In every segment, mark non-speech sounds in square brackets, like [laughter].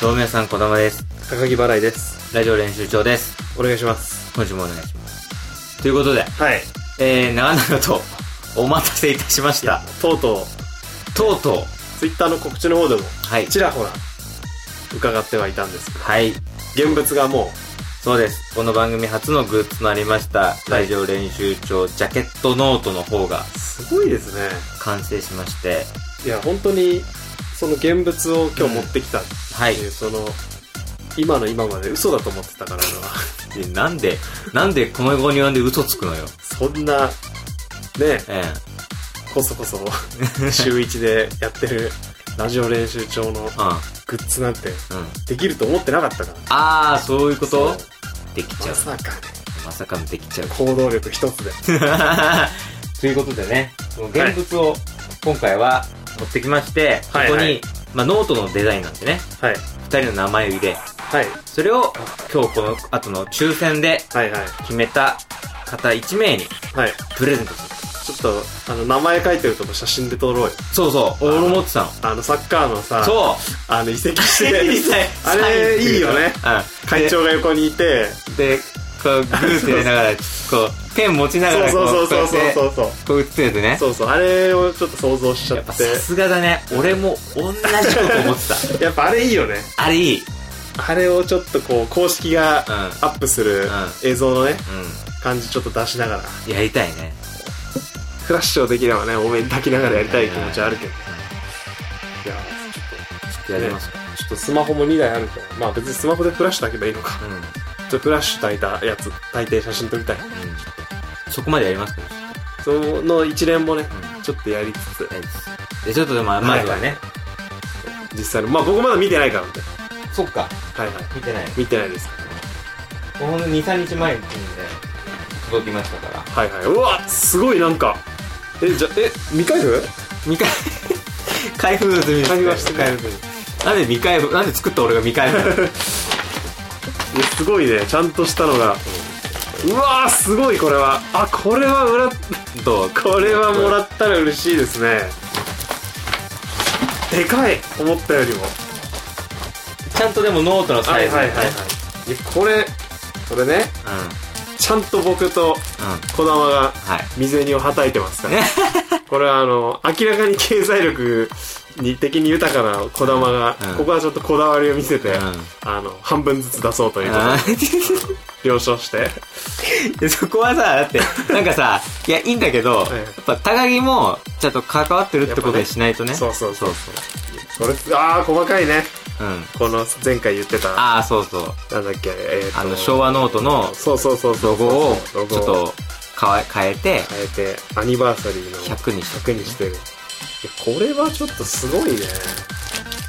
どうも皆さん、こだまです。高木払いです。ラジオ練習長です。お願いします。今週もお願いします。ということで、はい。えー、長々とお待たせいたしました。とうととうとう、ツイッターの告知の方でも、う、はい。ちらほら、伺ってはいたんですけど、はい。現物がもそうです。この番組初のグッズとなりました、いラジオ練習長ジャケットノートの方がう、すごいですね。完成しまして、いや、本当に、その現物を今日持ってきたってはい。いう、その、今の今まで嘘だと思ってたから俺はでなんで、なんでこの後に呼んで嘘つくのよ。 [laughs] そんな、ね、えこそこ [laughs] そ、週一でやってる、ラジオ練習帳のえグッズなんて、うん。うん。できると思ってなかったから。あー、そういうこそとうできちゃまう。さかね、まさかのできちゃう。行動力一つで。 [laughs] ということでね、その現物を今回は持ってきまして、はいここに、はいまあ、ノートのデザインなんでね、はい。二人の名前を入れ、はい。それを今日この後の抽選ではいはい。決めた方1名にはい。プレゼントする。ちょっと、あの、名前書いてるとこ写真で撮ろうよ。そうそう、俺思ってたの。あの、サッカーのさ、そうあの、移 [laughs] 籍し [laughs] 実て、際あれサインってうかいいよねうん。会長が横にいて、で、でこう、グーってやりながら、こう、ペン持ちながそらこ、うそううそうそうこうやってそうそう。こう打ってるとね。そうそう、あれをちょっと想像しちやゃっっぱてさ。すがだね。俺も同じこと思ってた。 [laughs] やっぱあれいいよね。 [laughs] あれいい。あれをちょっとこう、公式がうん。うん。アップする映像のね、う感じちょっと出しながら、ん。やりたいね。フラッシュをできればね、お目に抱きながらやりたい気持ちはあるけど。いやちょっとやりますか。ちょっとスマホも2台あるから、まあ別にスマホでフラッシュ炊けばいいのか。うん。うん。ちょっとフラッシュ炊いたやつ、炊いて写真撮りたい。そこまでやりますけど。その一連もね、うちょっとやりつつん。、やりますで、ちょっとでも、まずはね。実際の、まあ僕まだ見てないからみたいそっか。な。はいはい。見てない。見てないです。ほんの2、3日前に届きましたから。はいはい。うわすごいなんか。え、じゃ、え、未開封未開、開封済みです。開封はしてない開封なんで未開封、なんで作った俺が未開封 [laughs] いやすごいね、ちゃんとしたのが。うわーすごいこれは。あ、これはもらっ、どうこれはもらったら嬉しいですね。でかい思ったよりも。ちゃんとでもノートのサイズ。いや、これ、これね、うん。うん。ちゃんと僕と児玉がはい。未然にをはたいてますからこれはあの明らかに経済力に的に豊かな児玉が、うんここはちょっとこだわりを見せて、うんあの半分ずつ出そうということあでー。 [laughs] [laughs] 了承してでそこはさ、だって、なんかさ、いや、いいんだけど、やっええぱ高木も、ちゃんと関わってるってことやっぱにねしないとね。そうそうそそううそう。これああ細かいねうん。この前回言ってたああ、そうそう。なんだっけえーとあの、昭和ノートのそうそうそうそロうそゴうを、ちょロっゴをと変え、変えて、変えてアニバーサリーの100にした。 100にしてるいやこれはちょっとすごいね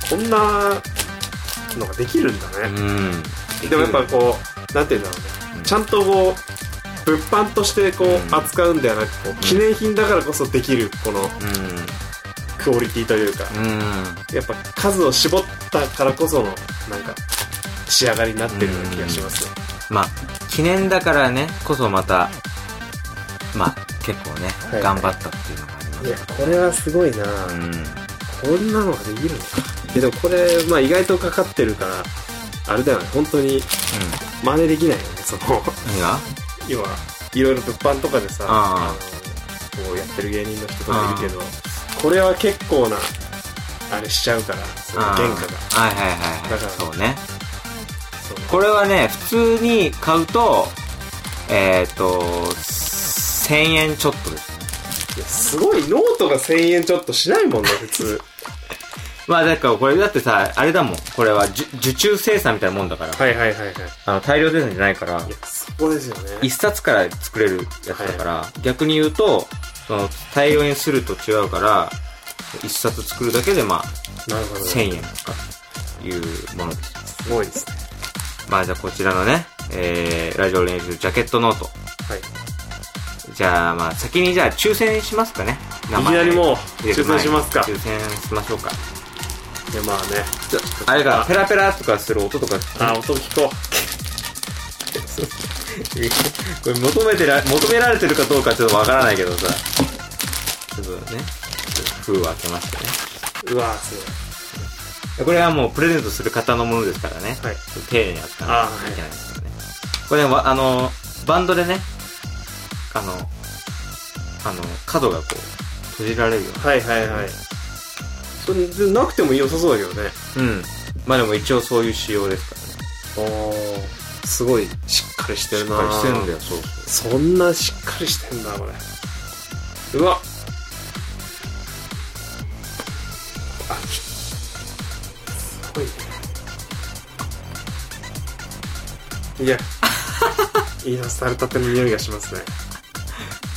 こんなのができるんだね、うん。でもやっぱこう、なんて言うんだろうね、うんちゃんとこう、物販としてこう、うん扱うんではなくこう、記念品だからこそできる、このうクオリティというか、ん。うん。やっぱ数を絞ったからこその、なんか、仕上がりになってるような気がしますね。まあ、記念だからね、こそまた、まあ、結構ね、はい頑張ったっていうのがありますいや、これはすごいな、うん。こんなのができるのか。えでもこれ、まあ意外とかかってるから、あれだよね、本当に真似できないよね、その、うん。何が要はいろいろ物販とかでさああのこうやってる芸人の人とかいるけどこれは結構なあれしちゃうからそのあー原価がはいはいはいはだいからそうねそうこれはね普通に買うとえっ、ー、と1000円ちょっとですいやすごいノートが1000円ちょっとしないもんね [laughs] 普通まあだからこれだってさあれだもんこれは受受注生産みたいなもんだから、はいはいはいはいあの大量生産じゃないからいやそこですよね一冊から作れるやつだから、逆に言うとその大量にすると違うから一冊作るだけでまあなるほどす1000円とかいうものですごいですねまあじゃあこちらのね、えー、ラジオ練習ジャケットノートはいじゃあ、まあ、先にじゃあ、抽選しますかね。いいきなりもう抽選しますか抽選しましょうか。いやまあねあれか、ペラペラとかする音とか、あ音聞こう [laughs] これ求めてら、求められてるかどうかちょっとわからないけどさ。ちょっとね、封を開けましたね。うわーすこれはもうプレゼントする方のものですからね。はい丁寧に扱わなきゃいけないですからね。これね、わあの、バンドでね、あの、あの、角がこう、閉じられるような。はいはいはいそれでなくても良さそうだけどねうん。まあでも一応そういう仕様ですからね。おすごいしっかりしてしっるなかりしてんだよ、そうそう。そんなしっかりしてんだこれうわあすごいねい [laughs] やいいなされたての匂いがしますね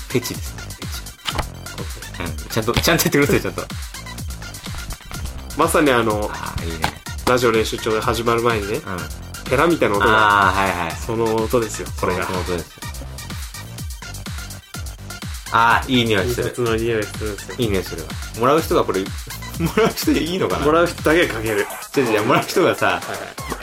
ペチですね、ペチ。うん。ちゃんと、ちゃんとやってください、ちゃんと。まさにあのああ、いいね。ラジオ練習帳が始まる前にねうん。ペラみたいな音がああ、はいはい。その音ですよこれがその音です。ああ、いい匂い印する刷。の匂いするんですよいい匂いするわ。もらう人がこれ、も [laughs] らう人でいいのかなもらう人だけかける違う違う、もらう人がさ、はいはい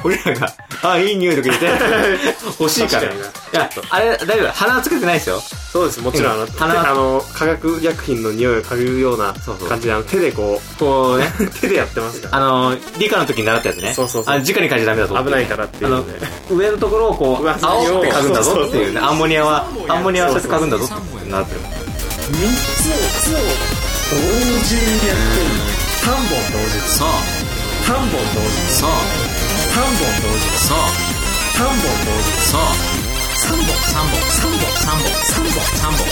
俺らが、あ、いい匂いとか言って、 [laughs] 欲しいから。い確や、あれ、大丈夫、鼻はつけてないですよ。そうですもちろんあの,、うん鼻あの化学薬品の匂いを嗅ぐようなそうそう感じであの手でここ [laughs] うね、う手でやってますかあの、理科の時に習ったやつね。そうそうそうあの、直に嗅いじゃダメだと思らっ危てないからっていあうのので、上のところをこう、うわ青って嗅ぐんだぞっていうそうそうね。そうアンモニアは、アンモニアはそうやって嗅ぐんだぞってなってる。 3つを同時にやってる3本同時そう3本同時そう3本同時そう3本同時そう3本3本3本3本3本3本3本3本やっ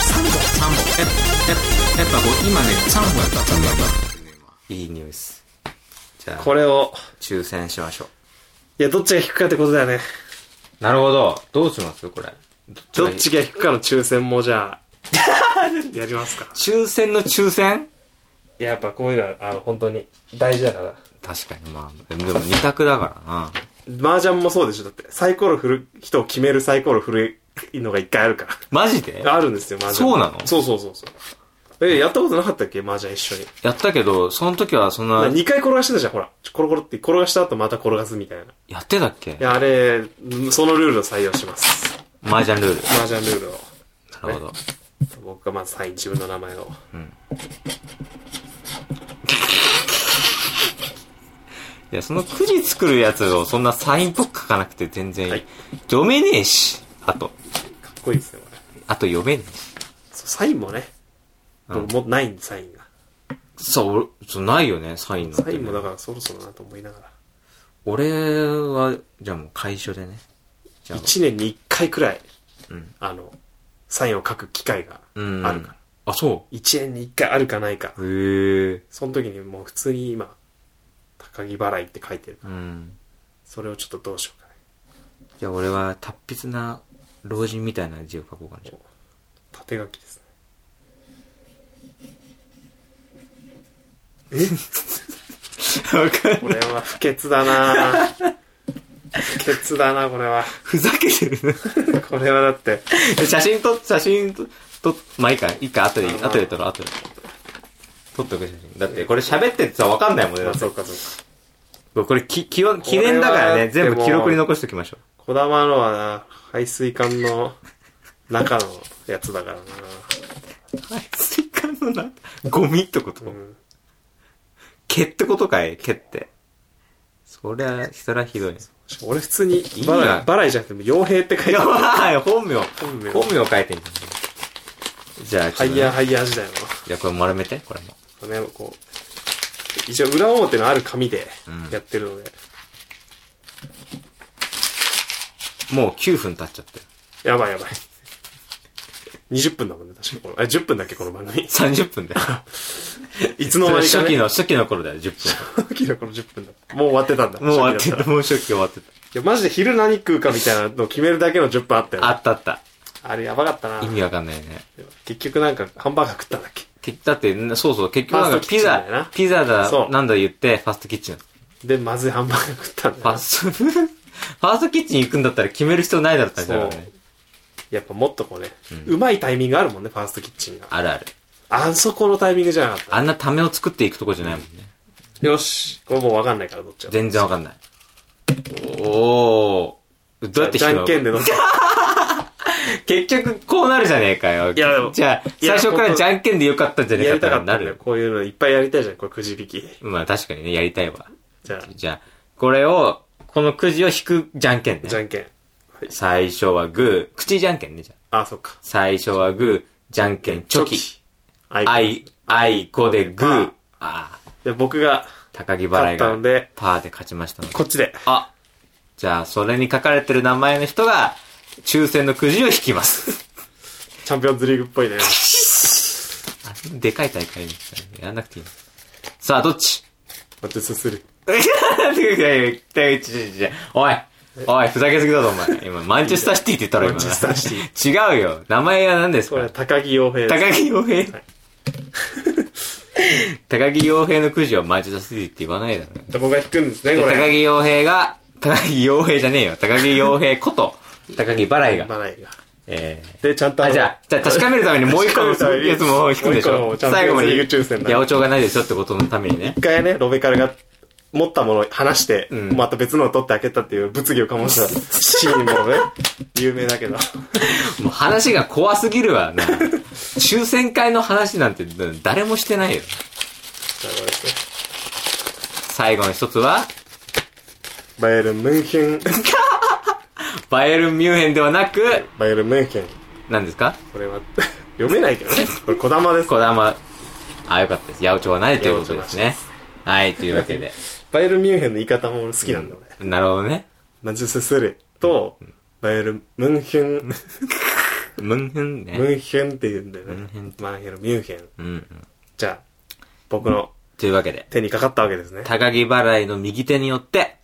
ぱやっぱこう今ね3本やった3本やったいい匂いです。じゃあ、これを抽選しましょいやどっちが引くかってことだよねう。なるほど。どうしますこれ。どっちが引くかの抽選もじゃ [laughs] あやりますか抽選の抽選いややっぱこういうのはあの本当に大事だから確かに、まあ、でもでも二択だからな。麻雀もそうでしょだってサイコロ振る人を決めるサイコロ振るのが一回あるかマジでらあるんですよ麻雀そうなのそうそうそうそうえやったことなかったっけ麻雀一緒にやったけど、その時はそんな、 2回転がしてたじゃんほらコロコロって転がした後また転がすみたいないやってたっけやあれんそのルールを採用します麻雀ルール。麻雀ルールをなるほど。僕がまずサイン自分の名前をいや、そのくじ作るやつをそんなサインっぽく書かなくて全然、はい読めねえし、あと、かっこいいですねこれあと読めねえし。そうサインもね、うん僕もうないんでサインがそう、俺そうないよね、サインの。サインもだからそろそろなと思いながら俺は、じゃあもう会所でね。じゃあ、 1年に1回くらい、うんあのサインを書く機会がうん。あるからあ、そ1年に1回あるかないかう。へえ。その時にもう普通に今高木払いって書いてるからうん。それをちょっとどうしようかねじゃあ俺は達筆な老人みたいな字を書こうかな。じゃあ縦書きですねこれは不潔だな不潔だなこれはふざけてるこれはだってな [laughs] 写真撮っ、写真撮撮っ、まあいいか、いいか、後でいい、あまあ後で撮ろう、後で。撮っとく写真。だってこれ喋っててさ、わかんないもんね。だあってそうかそうかこれき記記念だからね、これは全部記録でにも残しておきましょこだまのはな排水管の中のやつだからなう。 [laughs] はい、スイカのな、ゴミってこと、うん毛ってことかい毛って。そりゃ、そりゃひどい [laughs] ね。俺普通にいいバラなイバライじゃなくても傭兵って書いてやあ [laughs] るばい [laughs] 本名。本名本名書いてんじゃん。じゃあ、ちハょっとイねヤーハイヤー時代のじゃあこれ丸めて、これも。これねこう一応裏表のある紙でうんやってるので、いもう9分経っちゃってる。やばいやばい20分だもんね確かこのえ10分だっけこの番 [laughs] 組30分だよ。いつの間にか、初期ね、の、初期の頃だよ、10初期のこの10分だった [laughs] もう終わってたんだ分。もう終わって初期だた、たらもう初期終わってた。いやマジで昼何食うかみたいなのを決めるだけの10分あったよねあったあった。あれやばかったな意味わかんないよね。結局なんかハンバーガー食ったんだっけ結だって、そうそう、結局なんファーかストキピッチンザだよな、ピザそだ、うなんだ言って、ファーストキッチン。で、まずいハンバーガー食ったんフだァーよ。スト、ファーストキッチン行くんだったら決める必要ないだろって話だからそうね。やっぱもっとこうね、うんうまいタイミングあるもんね、ファーストキッチンが。あるある。あそこのタイミングじゃなかっあんなためを作っていくとこじゃないもんね。た。よし。これもうわかんないから、どっちだ全然わかんない。おー。どうやってじゃ引あくじゃのんけんでどっちだ結局、こうなるじゃねえかよ。いやでもじゃあ、い最や初かほんらとじゃんけんでよかったんじゃねえやかりってたかったなんだよ。る。こういうのいっぱいやりたいじゃん、これくじ引き。まあ確かにね、やりたいわ。じゃじゃあ、これを、このくじを引くじゃんけんあ、じゃね。んけん。最初はグー、口じゃんけんね、じゃああ、そっか。最初はグー、じゃんけん、チョキ。はい。あい、あいこでグー。ああ、で、僕が、高木払い勝ったがので、パーで勝ちましたので。こっちで。あ、じゃあ、それに書かれてる名前の人が、抽選のくじを引きます。チャンピオンズリーグっぽいね。あでかい大会ですからね。やんなくていいの。さあ、どっち [laughs] 待って、すする。いやいやいやいやいやおいおい、ふざけすぎだぞ、お前。今、マンチェスターシティって言ったろ、今。マンチェスターシ違うよ。名前は何ですこれかは高木洋平です。高木洋平。 [laughs] 高木洋平のくじはマンチェスターシティって言わないだろ。僕が引くんですね、こ高れ。木洋平が、高木洋平じゃねえよ。高木洋平こと、高木バライが。まないが。えーで、ちゃんとあ、のじゃあ、じゃあ確かめるためにもう一個の確かめるためにやつも引くんでしもうょ一個の最後まで、チャンピオンズリーグ抽選だ八百長がないですよってことのためにね。一回ね、ロベカルが持ったものを離して、んまた別のを取って開けたっていう物議を醸した [laughs] シーンもね、有名だけど。もう話が怖すぎるわな。抽選会の話なんて誰もしてないよ。最後の一つは、バイエルン・ムンヘン、バイエルン・ミュンヘンではなく、バイエルン・ムンヘン。何ですかこれは、読めないけどね。これ、小玉です。小玉。あ、よかったです。八百長はないということですね。はい、というわけで。バイエルン・ミュンヘンの言い方も俺好きなんだ、俺。なるほどね。ナジュセスレと、バイエルン・ムンヘン、ムンヘンムね。ンヘンって言うんだよね。マンヘル・ミュンヘン。うんうん。じゃあ、僕のというわけで。手にかかったわけですね。高木払いの右手によって、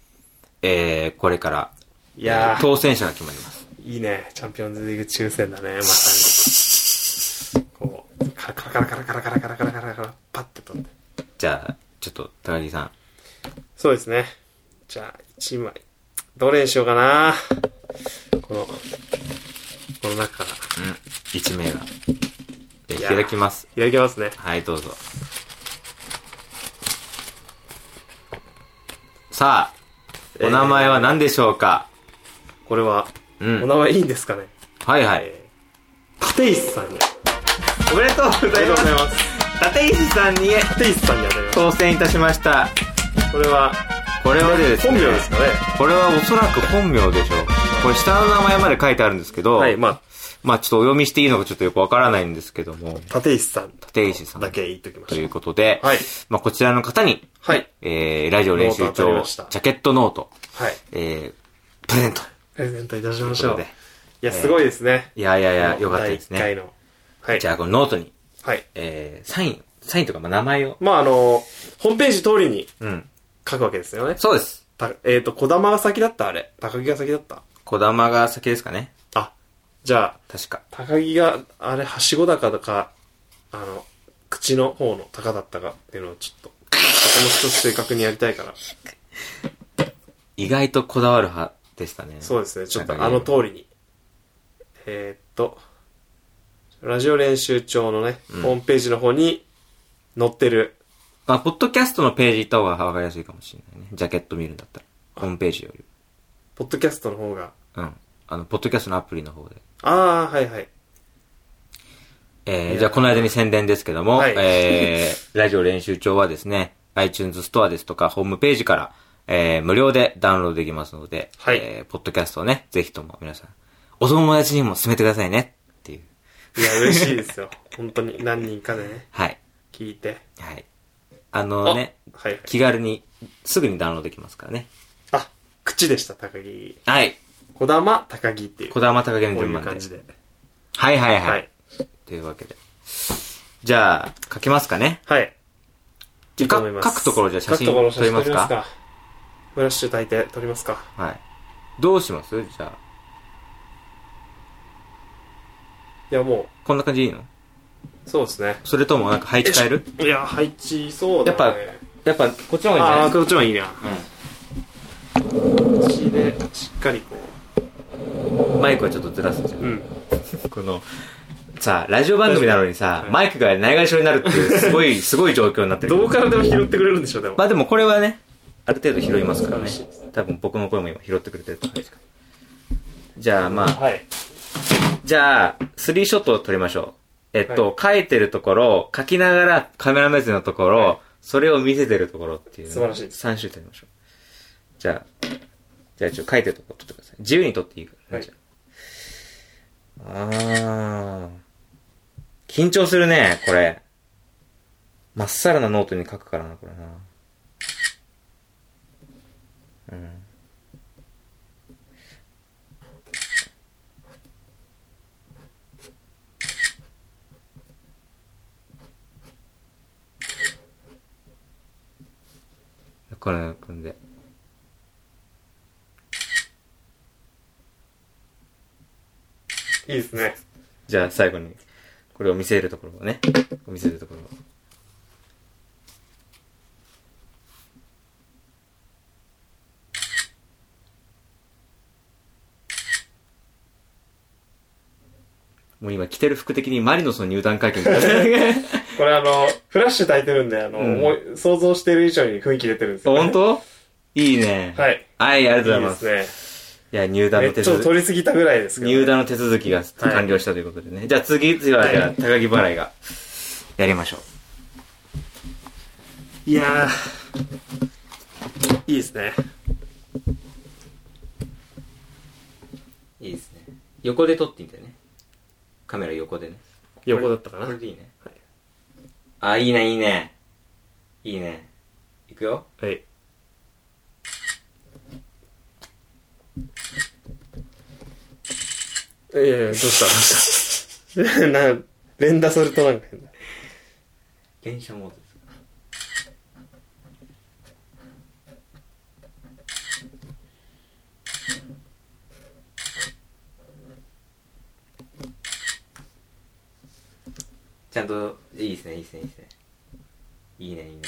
えー、これから、いやー当選者が決まります。いいね。チャンピオンズリーグ抽選だね、まさに。こう、カラカラカラカラカラカラカラカラカラカラ、パッて飛んで。じゃあ、ちょっと、高木さん。そうですね。じゃあ、1枚。どれにしようかなこの、この中から。うん。一名が。じゃあいやいただきます。開けますね。はい、どうぞ。さあ、お名前は何でしょうか、これは、うんお名前いいんですかねはいはい。えー、立石さんに。おめでとうごあざりいがまとうございす。ます。立石さんに立石さんに当たります。当選いたしました。これは、これはですね、本名ですかねこれはおそらく本名でしょう。これ下の名前まで書いてあるんですけど、はい、ままあちょっとお読みしていいのかちょっとよくわからないんですけども、あ、立石さん立石さんだけ言っときまとしいょうことで、はいまあこちらの方に、う。はい。えー、ラジオ練習ノート当たり帳、ましジたャケットノート、はい。えー、プレゼント。プレゼントいたしましというょことう。でいや、すごいですね。いやいやいや、よかったです第一回ね。の。はい。じゃあこのノートに、はい。えー、サイン、サインとかまあ名前を、まあ、あの、ホームページ通りにうん。書くわけですよね。そうです。たえっ、と、小玉が先だったあれ。高木が先だった。小玉が先ですかね。あ、じゃあ、確か。高木が、あれ、はしご高だか、あの、口の方の高だったかっていうのをちょっと、そこも一つ正確にやりたいから。意外とこだわる派でしたね。そうですね、ちょっとなんかあの通りに。えーっと、ラジオ練習帳のね、ホームページの方に載ってる、まあ、ポッドキャストのページ行った方がわかりやすいかもしれないね。ジャケット見るんだったら。ホームページより。ポッドキャストの方が、うん。あの、ポッドキャストのアプリの方で。あー、はいはい。えー、じゃあこの間に宣伝ですけども、はいえ [laughs] ー、ラジオ練習帳はですね、iTunes ストアですとか、ホームページから、えー、無料でダウンロードできますので、はいえー、ポッドキャストをね、ぜひとも皆さん、お友達にも勧めてくださいね、っていう。いや、嬉しいで [laughs] すよ。本当に何人かでね、はい。聞いて。はい。あのね、あはいはい気軽に、すぐにダウンロードできますからね。あ、口でした、高木。はい。小玉、高木っていう。小こ玉高木のうい順う番で。感じで。はいはいはい。はい。というわけで。じゃあ、書きますかね。はい。じゃあいい思いますか書くところじゃあ写真書くところ撮りますか写真撮りブラッシュ炊いて撮りますか。はい。どうしますじゃあ、いや、もこんな感じでいいのう、そうですね。それともなんか配置変えるいや、配置そうだやっね。ぱ、やっぱこっちの方がいいんじゃあなあいー、こっちもいいな。うん。しね、しっかりこマイクはちょっとずらすじゃ。[laughs] う。うんん。この、さあ、ラジオ番組なのにさは、いマイクがないがしろになるっていう、すご [laughs] い、すごい状況になってるけど。どこからでも拾ってくれるんでしょ、でも。まあでもこれはね、ある程度拾いますからね素晴らしいです。多分僕の声も今拾ってくれてると思うんですけどじゃあまあ、はい。じゃあ、スリーショットを撮りましょう。えっと、書いてるところ、書きながらカメラ目線のところ、それを見せてるところっていう、素晴らしい3種類撮りましょう。じゃあ、じゃあ一応書いてるとこ取ってください。自由に取っていいから、はいじゃあ。あー。緊張するね、これ。まっさらなノートに書くからな、これな。うん。これ、これで。いいですね。じゃあ最後に、これを見せるところをね。見せるところを。もう今着てる服的にマリノスの入団 [laughs] 会見みたいなこれあの、フラッシュ焚いてるんで、あの、うん思い想像してる以上に雰囲気出てるんですよ、本当いいね。はい。はい、ありがとうございます。いいいですや、入団ね。のめ手っちょっ続き、と取りすぎたぐらいですけど、入団の手続きがい完了したということでね。じゃあ次、次は、じゃあ高木払いが、やりましょう。いやー、いいですね。いいですね。横で撮っていいんだよね。カメラ横でね。横だったかなこれ。でいいね。はいあ、いいね、いいね。いいね。いくよ。はい。いやいや、どうしたどうした [laughs] な、連打するとなんか変だ。電車モードです。ちゃんと、いいですね、いいですね、いいですね。いいね、いいね。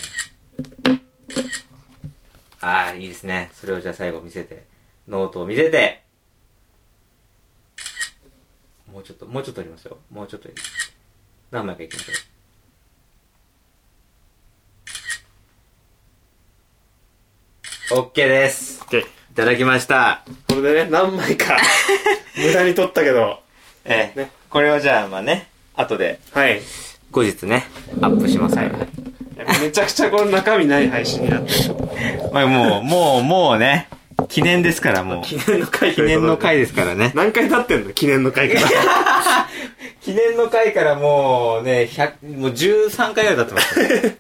ああ、いいですね。それをじゃあ最後見せて、ノートを見せて、もうちょっと、もうちょっとありますよ。もうちょっと何枚かいきましょう。オッケーです。 OK いただきました。これでね、何枚 [laughs] か、無駄に取ったけど、ええ、ねこれをじゃあまあね、後で、はい。後日ね、アップしますから。めちゃくちゃこの中身ない配信になってる。まあもう、もう、もうね、記念ですからもう。記念の回念の回ですからね。何回経ってんの記念の回から。記念の回からもうね、100、もう13回ぐらい経ってますから、 [laughs]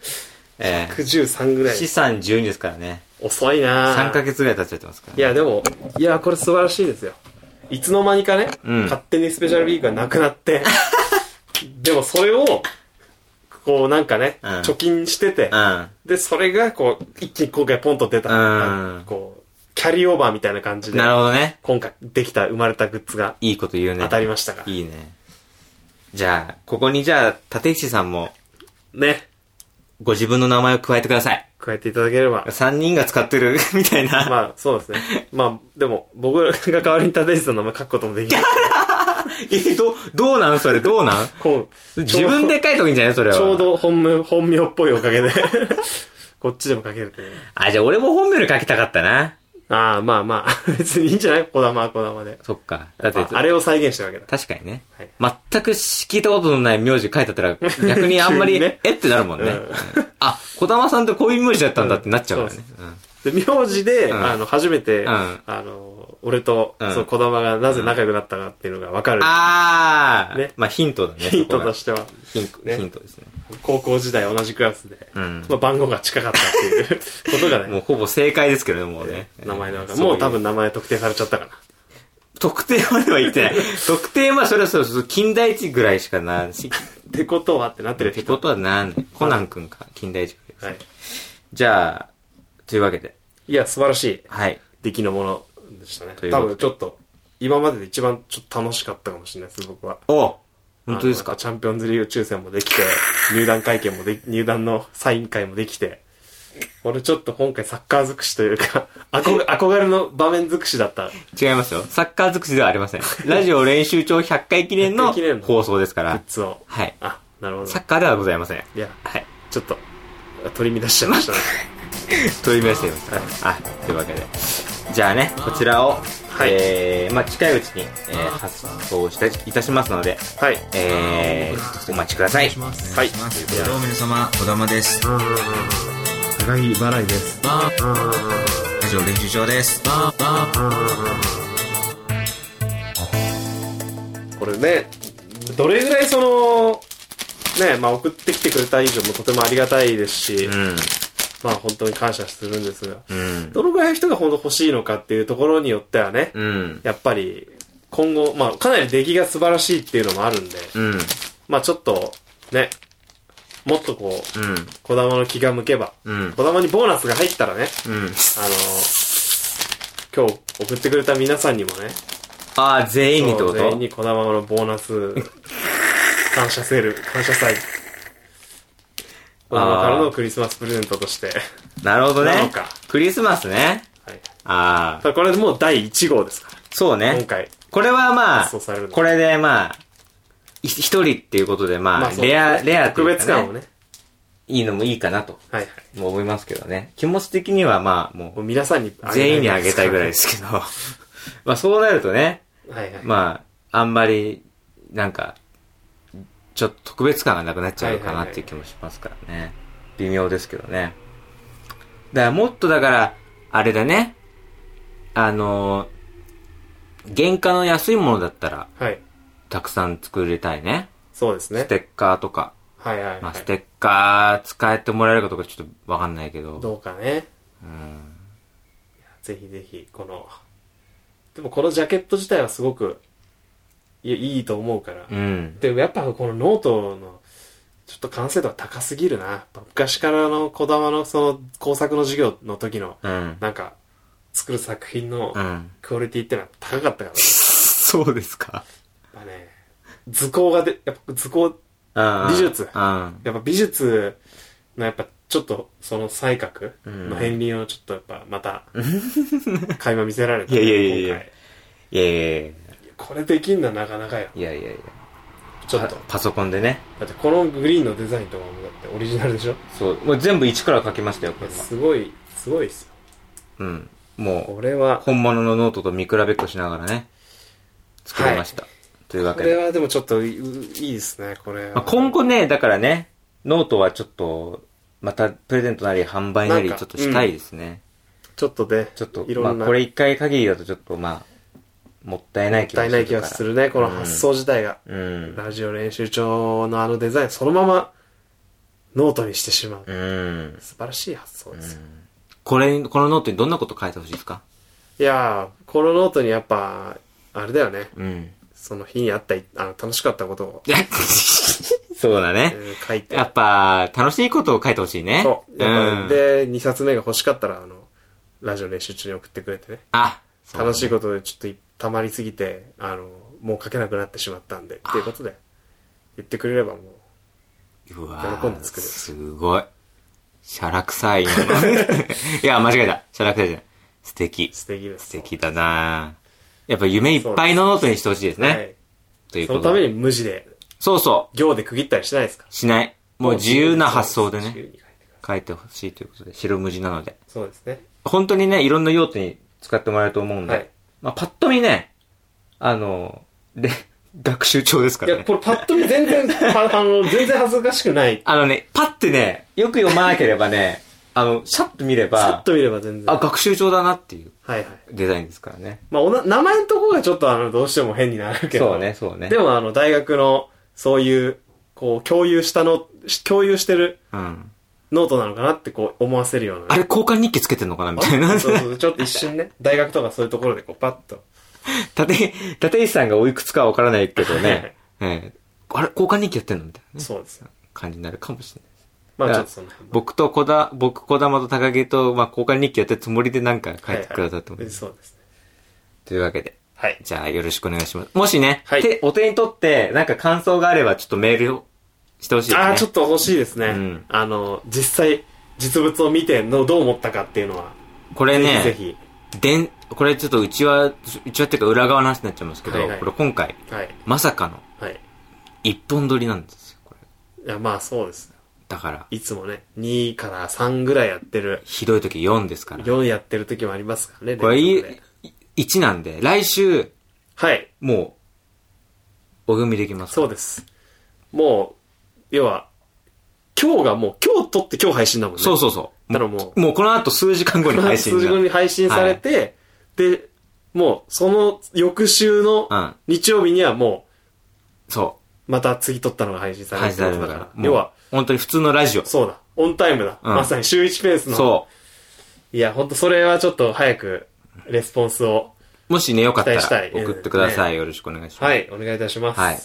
ええ113ぐらい。資産12ですからね。遅いな3ヶ月。月ぐらい経っちゃってますから、いや、でも、いや、これ素晴らしいですよ。いつの間にかね、うん勝手にスペシャルウィークがなくなって、 [laughs] でもそれを、こうなんかね、うん貯金してて、うん。で、それがこう、一気に今回ポンと出た、うんこう、キャリーオーバーみたいな感じで、なるほどね。今回できた、生まれたグッズがいいこと言うね。当たりましたから。いいね。じゃあ、ここにじゃあ、立石さんも、ね、ご自分の名前を加えてください。加えていただけ [laughs] れば。三人が使ってる [laughs] みたいな。まあ、そうですね。まあ、でも、僕が代わりに立石さんの名前書くこともで [laughs] きる。え、 [laughs] ど、どうなんそれ、どうなんこう自分で書いとくんじゃないそれは。ちょう。ど本名、本名っぽいおかげで、 [laughs] こっちでも書けるという。あ、じゃあ俺も本名で書きたかったな。ああ、まあまあ、 [laughs] 別にいいんじゃないこだまはこだまで。そっか。だって、ああれを再現したわけだ。確かにね。はい全く聞いたことのない名字書いてあった [laughs] ら、逆にあんまり、急にねえってなるもんね。うんあ、小玉さんってこういう名字だったんだってなっちゃうからそねう。うんで、名字で、うんあの、初めて、うんあの、俺と、うんそのこだまがなぜ仲良くなったかっていうのがわかる。あー。ねまあヒントだね。ヒントとししては、ヒント、ねヒントですね。高校時代同じクラスで、うんまあ、番号が近かったっていうことがもうね、ほぼ正解ですけどね、もうね。名前の中、そいもう多分名前特定されちゃったかな。特定までは言ってない。特定はそれはそうそう、近代値ぐらいしかな、し、ってことはってなってるって人。ことはなんないコナン君か、近代値ぐらい。はい。じゃあ、というわけで。いや、素晴らしい。はい。出来のものでしたねと。いうこ多とで分ちょっと、今までで一番ちょっと楽しかったかもしれないです、僕は。お本当ですあのやっぱかチャンピオンズリーグ抽選もできて、入団会見もでき、入団のサイン会もできて、俺ちょっと今回サッカー尽くしというか、 [laughs] 憧れ憧れの場面尽くしだった。違いますよ。サッカー尽くしではありま [laughs] せん。ラジオ練習帳100回記念100の回記念の放送ですかグッら。ズを。はい。あ、なるほど。サッカーではございません。いや、はい。ちょっと、取り乱しちゃいましたね。取り乱していました。あ、というわけで。じゃあね、こちらを、はいえー、まあ近いうちに、えー、発送したいたし [laughs] ますので、はい。えー、お待ちください。ますはいお願いしますどうも皆様、小玉です。高木払いです。ラジジオ練習場ですこれねどれぐらいそのねまあ送ってきてくれた以上もとてもありがたいですし、うん。まあ本当に感謝するんですがうん。どのぐらいの人が本当欲しいのかっていうところによってはね、うん。やっぱり今後まあかなり出来が素晴らしいっていうのもあるんで、うん。まあちょっとねもっとこううん。児玉の気が向けばうん。児玉にボーナスが入ったらねうん。あの今日送ってくれた皆さんにもねああ、全員にってこ全員とにこだまのボーナス感謝セール感謝祭こだまからのクリスマスプレゼントとして、なるほどなのねか。クリスマスね。はい、ああ、ただこれもう第1号ですかそうら今ね。回これはまあ発送される、のこれでまあ、い一人っていうことで、まあ、そうレですねア、レアと特いう別か感をね、ねいいのもいいかなと、はいはいもう思いますけどね。気持ち的にはまあ、もうも、う皆さんに全員にあげたいぐらいですすけど。 [laughs] まあそうなるとね、からはいはい、まあ、あんまり、なんか、ちょっと特別感がなくなっちゃうのかはいはないはいっていう気もしますからね。微妙ですけどね。だからもっとだから、あれだね。あのー、原価の安いものだったら、はいたくさん作りたいね。そうですねステッカーとか。はいはい、はいまあ、ステッカー使えてもらえるかとかちょっとわかんないけど。どうかねうん。ぜひぜひこのでもこのジャケット自体はすごくいやいいと思うから、うん。でもやっぱこのノートのちょっと完成度は高すぎるなやっぱ昔からの児玉のその工作の授業の時のうん。なんか作る作品のうん。クオリティってのは高かったから、 [laughs] そうですか。やっぱね図工がでやっぱ図工美美術うん。やっぱ美術のやっぱちょっとその才覚うんの片鱗をちょっとやっぱま [laughs] た垣間見せられた、いやいやいやいや今回いやいやいこれできんのなかなかよやいやいやいやちょっとパパソコンでね。だってこのグリーンのデザインとかもだってオリジナルでしょいそう。もう全部一から書きましたよ、これやは。すごいすごいっすようん。もこれはう、本物のノートと見比べっこしながらね、作りました。というわこけれで。はでもちょっといいいですね、これは。まあ、今後ね、だからね、ノートはちょっと、またプレゼントなり販売なりちなんょっかとしたいですね。ちょっとね、ちょっとい、ろまあんな、これもっ一回限りだとちょっとまあ、もったいない気がするたいかなら。い気がするね、この発想自体が。うん。ラジオ練習帳のあのデザイン、そのままノートにしてしまう。うん。素晴らしい発想ですよ。これ、このノートにどんなこと書いてほしいですかいやー、このノートにやっぱ、あれだよね、 [laughs] うん。その日にあったいあの楽しかったことを、そうだねえ。ー書いて。やっぱ、楽しいことを書いてほしいね。そう。やっん。ぱで、2冊目が欲しかったら、あの、ラジオ練習中に送ってくれてね。あ、そう楽しいことでちょっと溜まりすぎて、あの、もう書けなくなってしまったんで、っていうことで、言ってくれればもう、うわ喜んぁで作るすごい。シャラ臭い今の。 [laughs] いや、間違えた。シャラ臭いじゃない。素敵。素素敵です。敵だなぁやっぱ夢いっぱいのノートにしてほしいですね。はい。というそこのとためで。に無地で、そうそ行で区切ったりしないですかう。しない。もう自由な発想で自由ね、に書いてください書いてほしいということで、白無地なので。そうですね。本当にね、いろんな用途に使ってもらえると思うんで。はいまあ、パッと見ね、あの、で、学習帳ですかいらや、ねこ。れパッと見全然、 [laughs] あの、全然恥ずかしくない。あのね、パッてね、よく読まなければね、 [laughs] あの、シャッと見れさっば、と見れば全然。あ、はい学習帳だなっていうはい。デザインですからね。まあおな、名前のとこがちょっとあの、どうしても変になるけど。そうね、そうね。でもあの、大学の、そういう、こう、共有したの、共有してるうん。ノートなのかなってこう、思わせるようなね。あれ、交換日記つけてんのかなみたいな。 [laughs] そうそう、ちょっと一瞬ね、大学とかそういうところでこう、パッと。立石、 [laughs] 立石さんがおいくつかはわからないけどはいはね [laughs] い。ええあれ、交換日記やってんのみたいなね。そうですよ。感じになるかもしれない。まあだちからょっとその辺も。僕と小田、僕、小玉と高木と、まあ、交換日記やってるつもりでなんか書いてくださってもいいはいはいそうですね。というわけで。はい。じゃあ、よろしくお願いします。もしね、はい手お手に取って、なんか感想があれば、ちょっとメールをしてほしいですね。ああ、ちょっと欲しいですね。うんあの、実際、実物を見ての、どう思ったかっていうのは、これね、ぜひぜでん、これちょっとうちは、うちはっていうか裏側の話になっちゃいますけど、はいはいこれ今回、ひ。はい。まさかのはい。一本撮りなんですよ、これ。いや、まあそうです。だから、いつもね、2から3ぐらいやってる、ひどい時4ですから。 4やってる時もありますからね。これ連い続で、 1なんで、来週、はい。もう、お読みできます。そうです。もう、要は、今日がもう、今日撮って今日配信だもんね。そうそうそう。だからもうもうこの後数時間後に配信数じ字ゃん。後に配信されて、で、もう、その翌週のうん日曜日にはも、そうまた次撮ったのが配信う。され配る信されってるこかとだらか。もら。う要は、本当に普通のラジオ。そうだ、オンタイムだ。うんまさに週1ペースの。。そういや、ほんとそれはちょっと早く、レスポンスを、う。もしね、よかったら期待したい送ってください。よろしくお願いします。はい、お願いいたします。はい。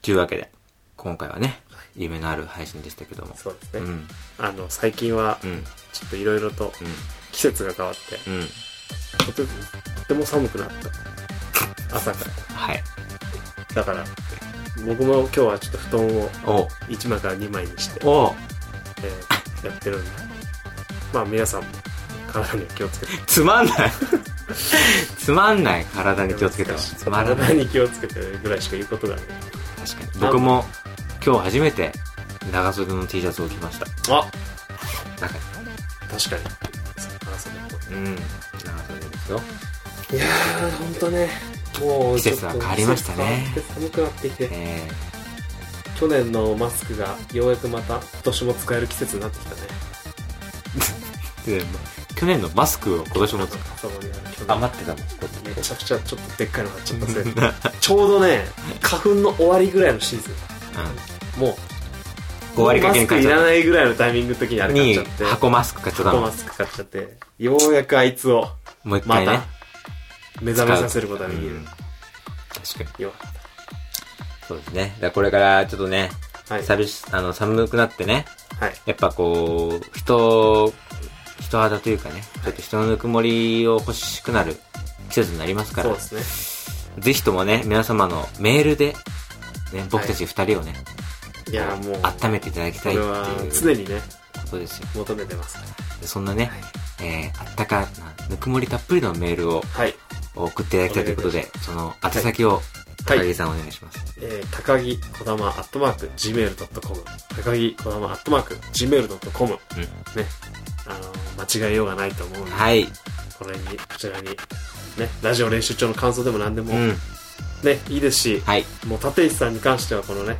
というわけで、今回はね、夢のある配信でしたけども。そうでうすね。ん。あの、最近はう、ん。ちょっといろいろと、う季節が変わって、ん。うん。とてもとても寒くなった。朝から。はい。だから、僕も今日はちょっと布団をお、 1枚から2枚にして、お、えーやってるんで、まあ皆さんも体には気をつけて。つまんないつまんない体に気をつけてほしいつまらな体いに気をつけてぐらいしか言うことがない。確かに僕も今日初めて長袖の T シャツを着ましたあ中に確かに。そう話そうねうん長袖ですよいやー、ほんとね、もう季節は変わりましたねちょっと季節変わって寒くなってきて、え去年のマスクがようやくまた今年も使える季節になってきたね。ー、で去年のマスクを今年もつそうね去年余ってたもんこっめちゃくちゃちょっとでっかいの買っちゃったせいで [laughs] ちょうどね花粉の終わりぐらいのシーズンもう5割かマ限スク界いじゃらないないぐらいのタイミングの時にあれ買っにちゃって箱マスク買っちゃった箱のマスク買っちゃってようやくあいつをもう一ま回ねた目覚めさせることがうできる、ん確かによかっそうですねだからこれからちょっとねたはい、寂しあの寒くなってねはい、やっぱこう、人、人肌というかね、ちょっと人のぬくもりを欲しくなる季節になりますかそうらで、すねぜひともね、皆様のメールで、ね、僕たち二人をね、いやもう温めていただきこたいっれてはいう常にねことですよ。求めてますからそんなね、いえー、あったかな、ぬくもりたっぷりのメールをはい、送っていただきたいということおで、その宛先を、は高い木さんお願いします。えー、高木こだまアットマーク Gmail.com 高木こだまアットマーク Gmail.com ねあの間違えようがないと思うんで、はい。これにこちらにねラジオ練習中の感想でも何でも、うん。ねいいですし、はい。もう立石さんに関してはこのね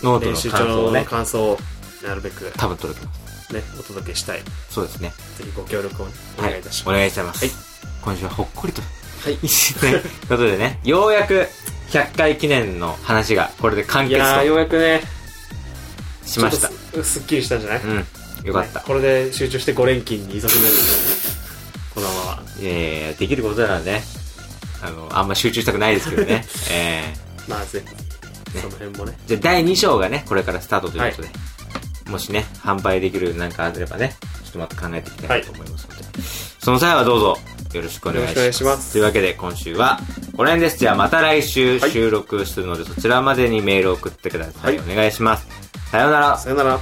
ノート練習の中感想をのね、感想をなるべくね多分届きます。お届けしたいそうですね。ぜひご協力をねお願いいたしはまお願いします。はい今週はほっこりと。すはい、ということでね、ようやく100回記念の話がこれで完い、結やーよとうやくねしましたちょ。っとすすっきりしたんじゃない、うん。よかったね。これで集中して5連勤に急ぐめるこのままはいやいやいやできることならね、あの、あんま集中したくないですけど [laughs] ね。えまあぜひその辺もねー、じゃあ第2章がね、これからスタートということで、もしね、販売できるなんかあればね、ちょっとまた考えていきたいなと思いますので、その際はどうぞよろしくお願いしよろましす。くお願いしますというわけで今週はこの辺です。じゃあまた来週はい収録するので、そちらまでにメールを送ってください。はお願いします。さようなら。さよなら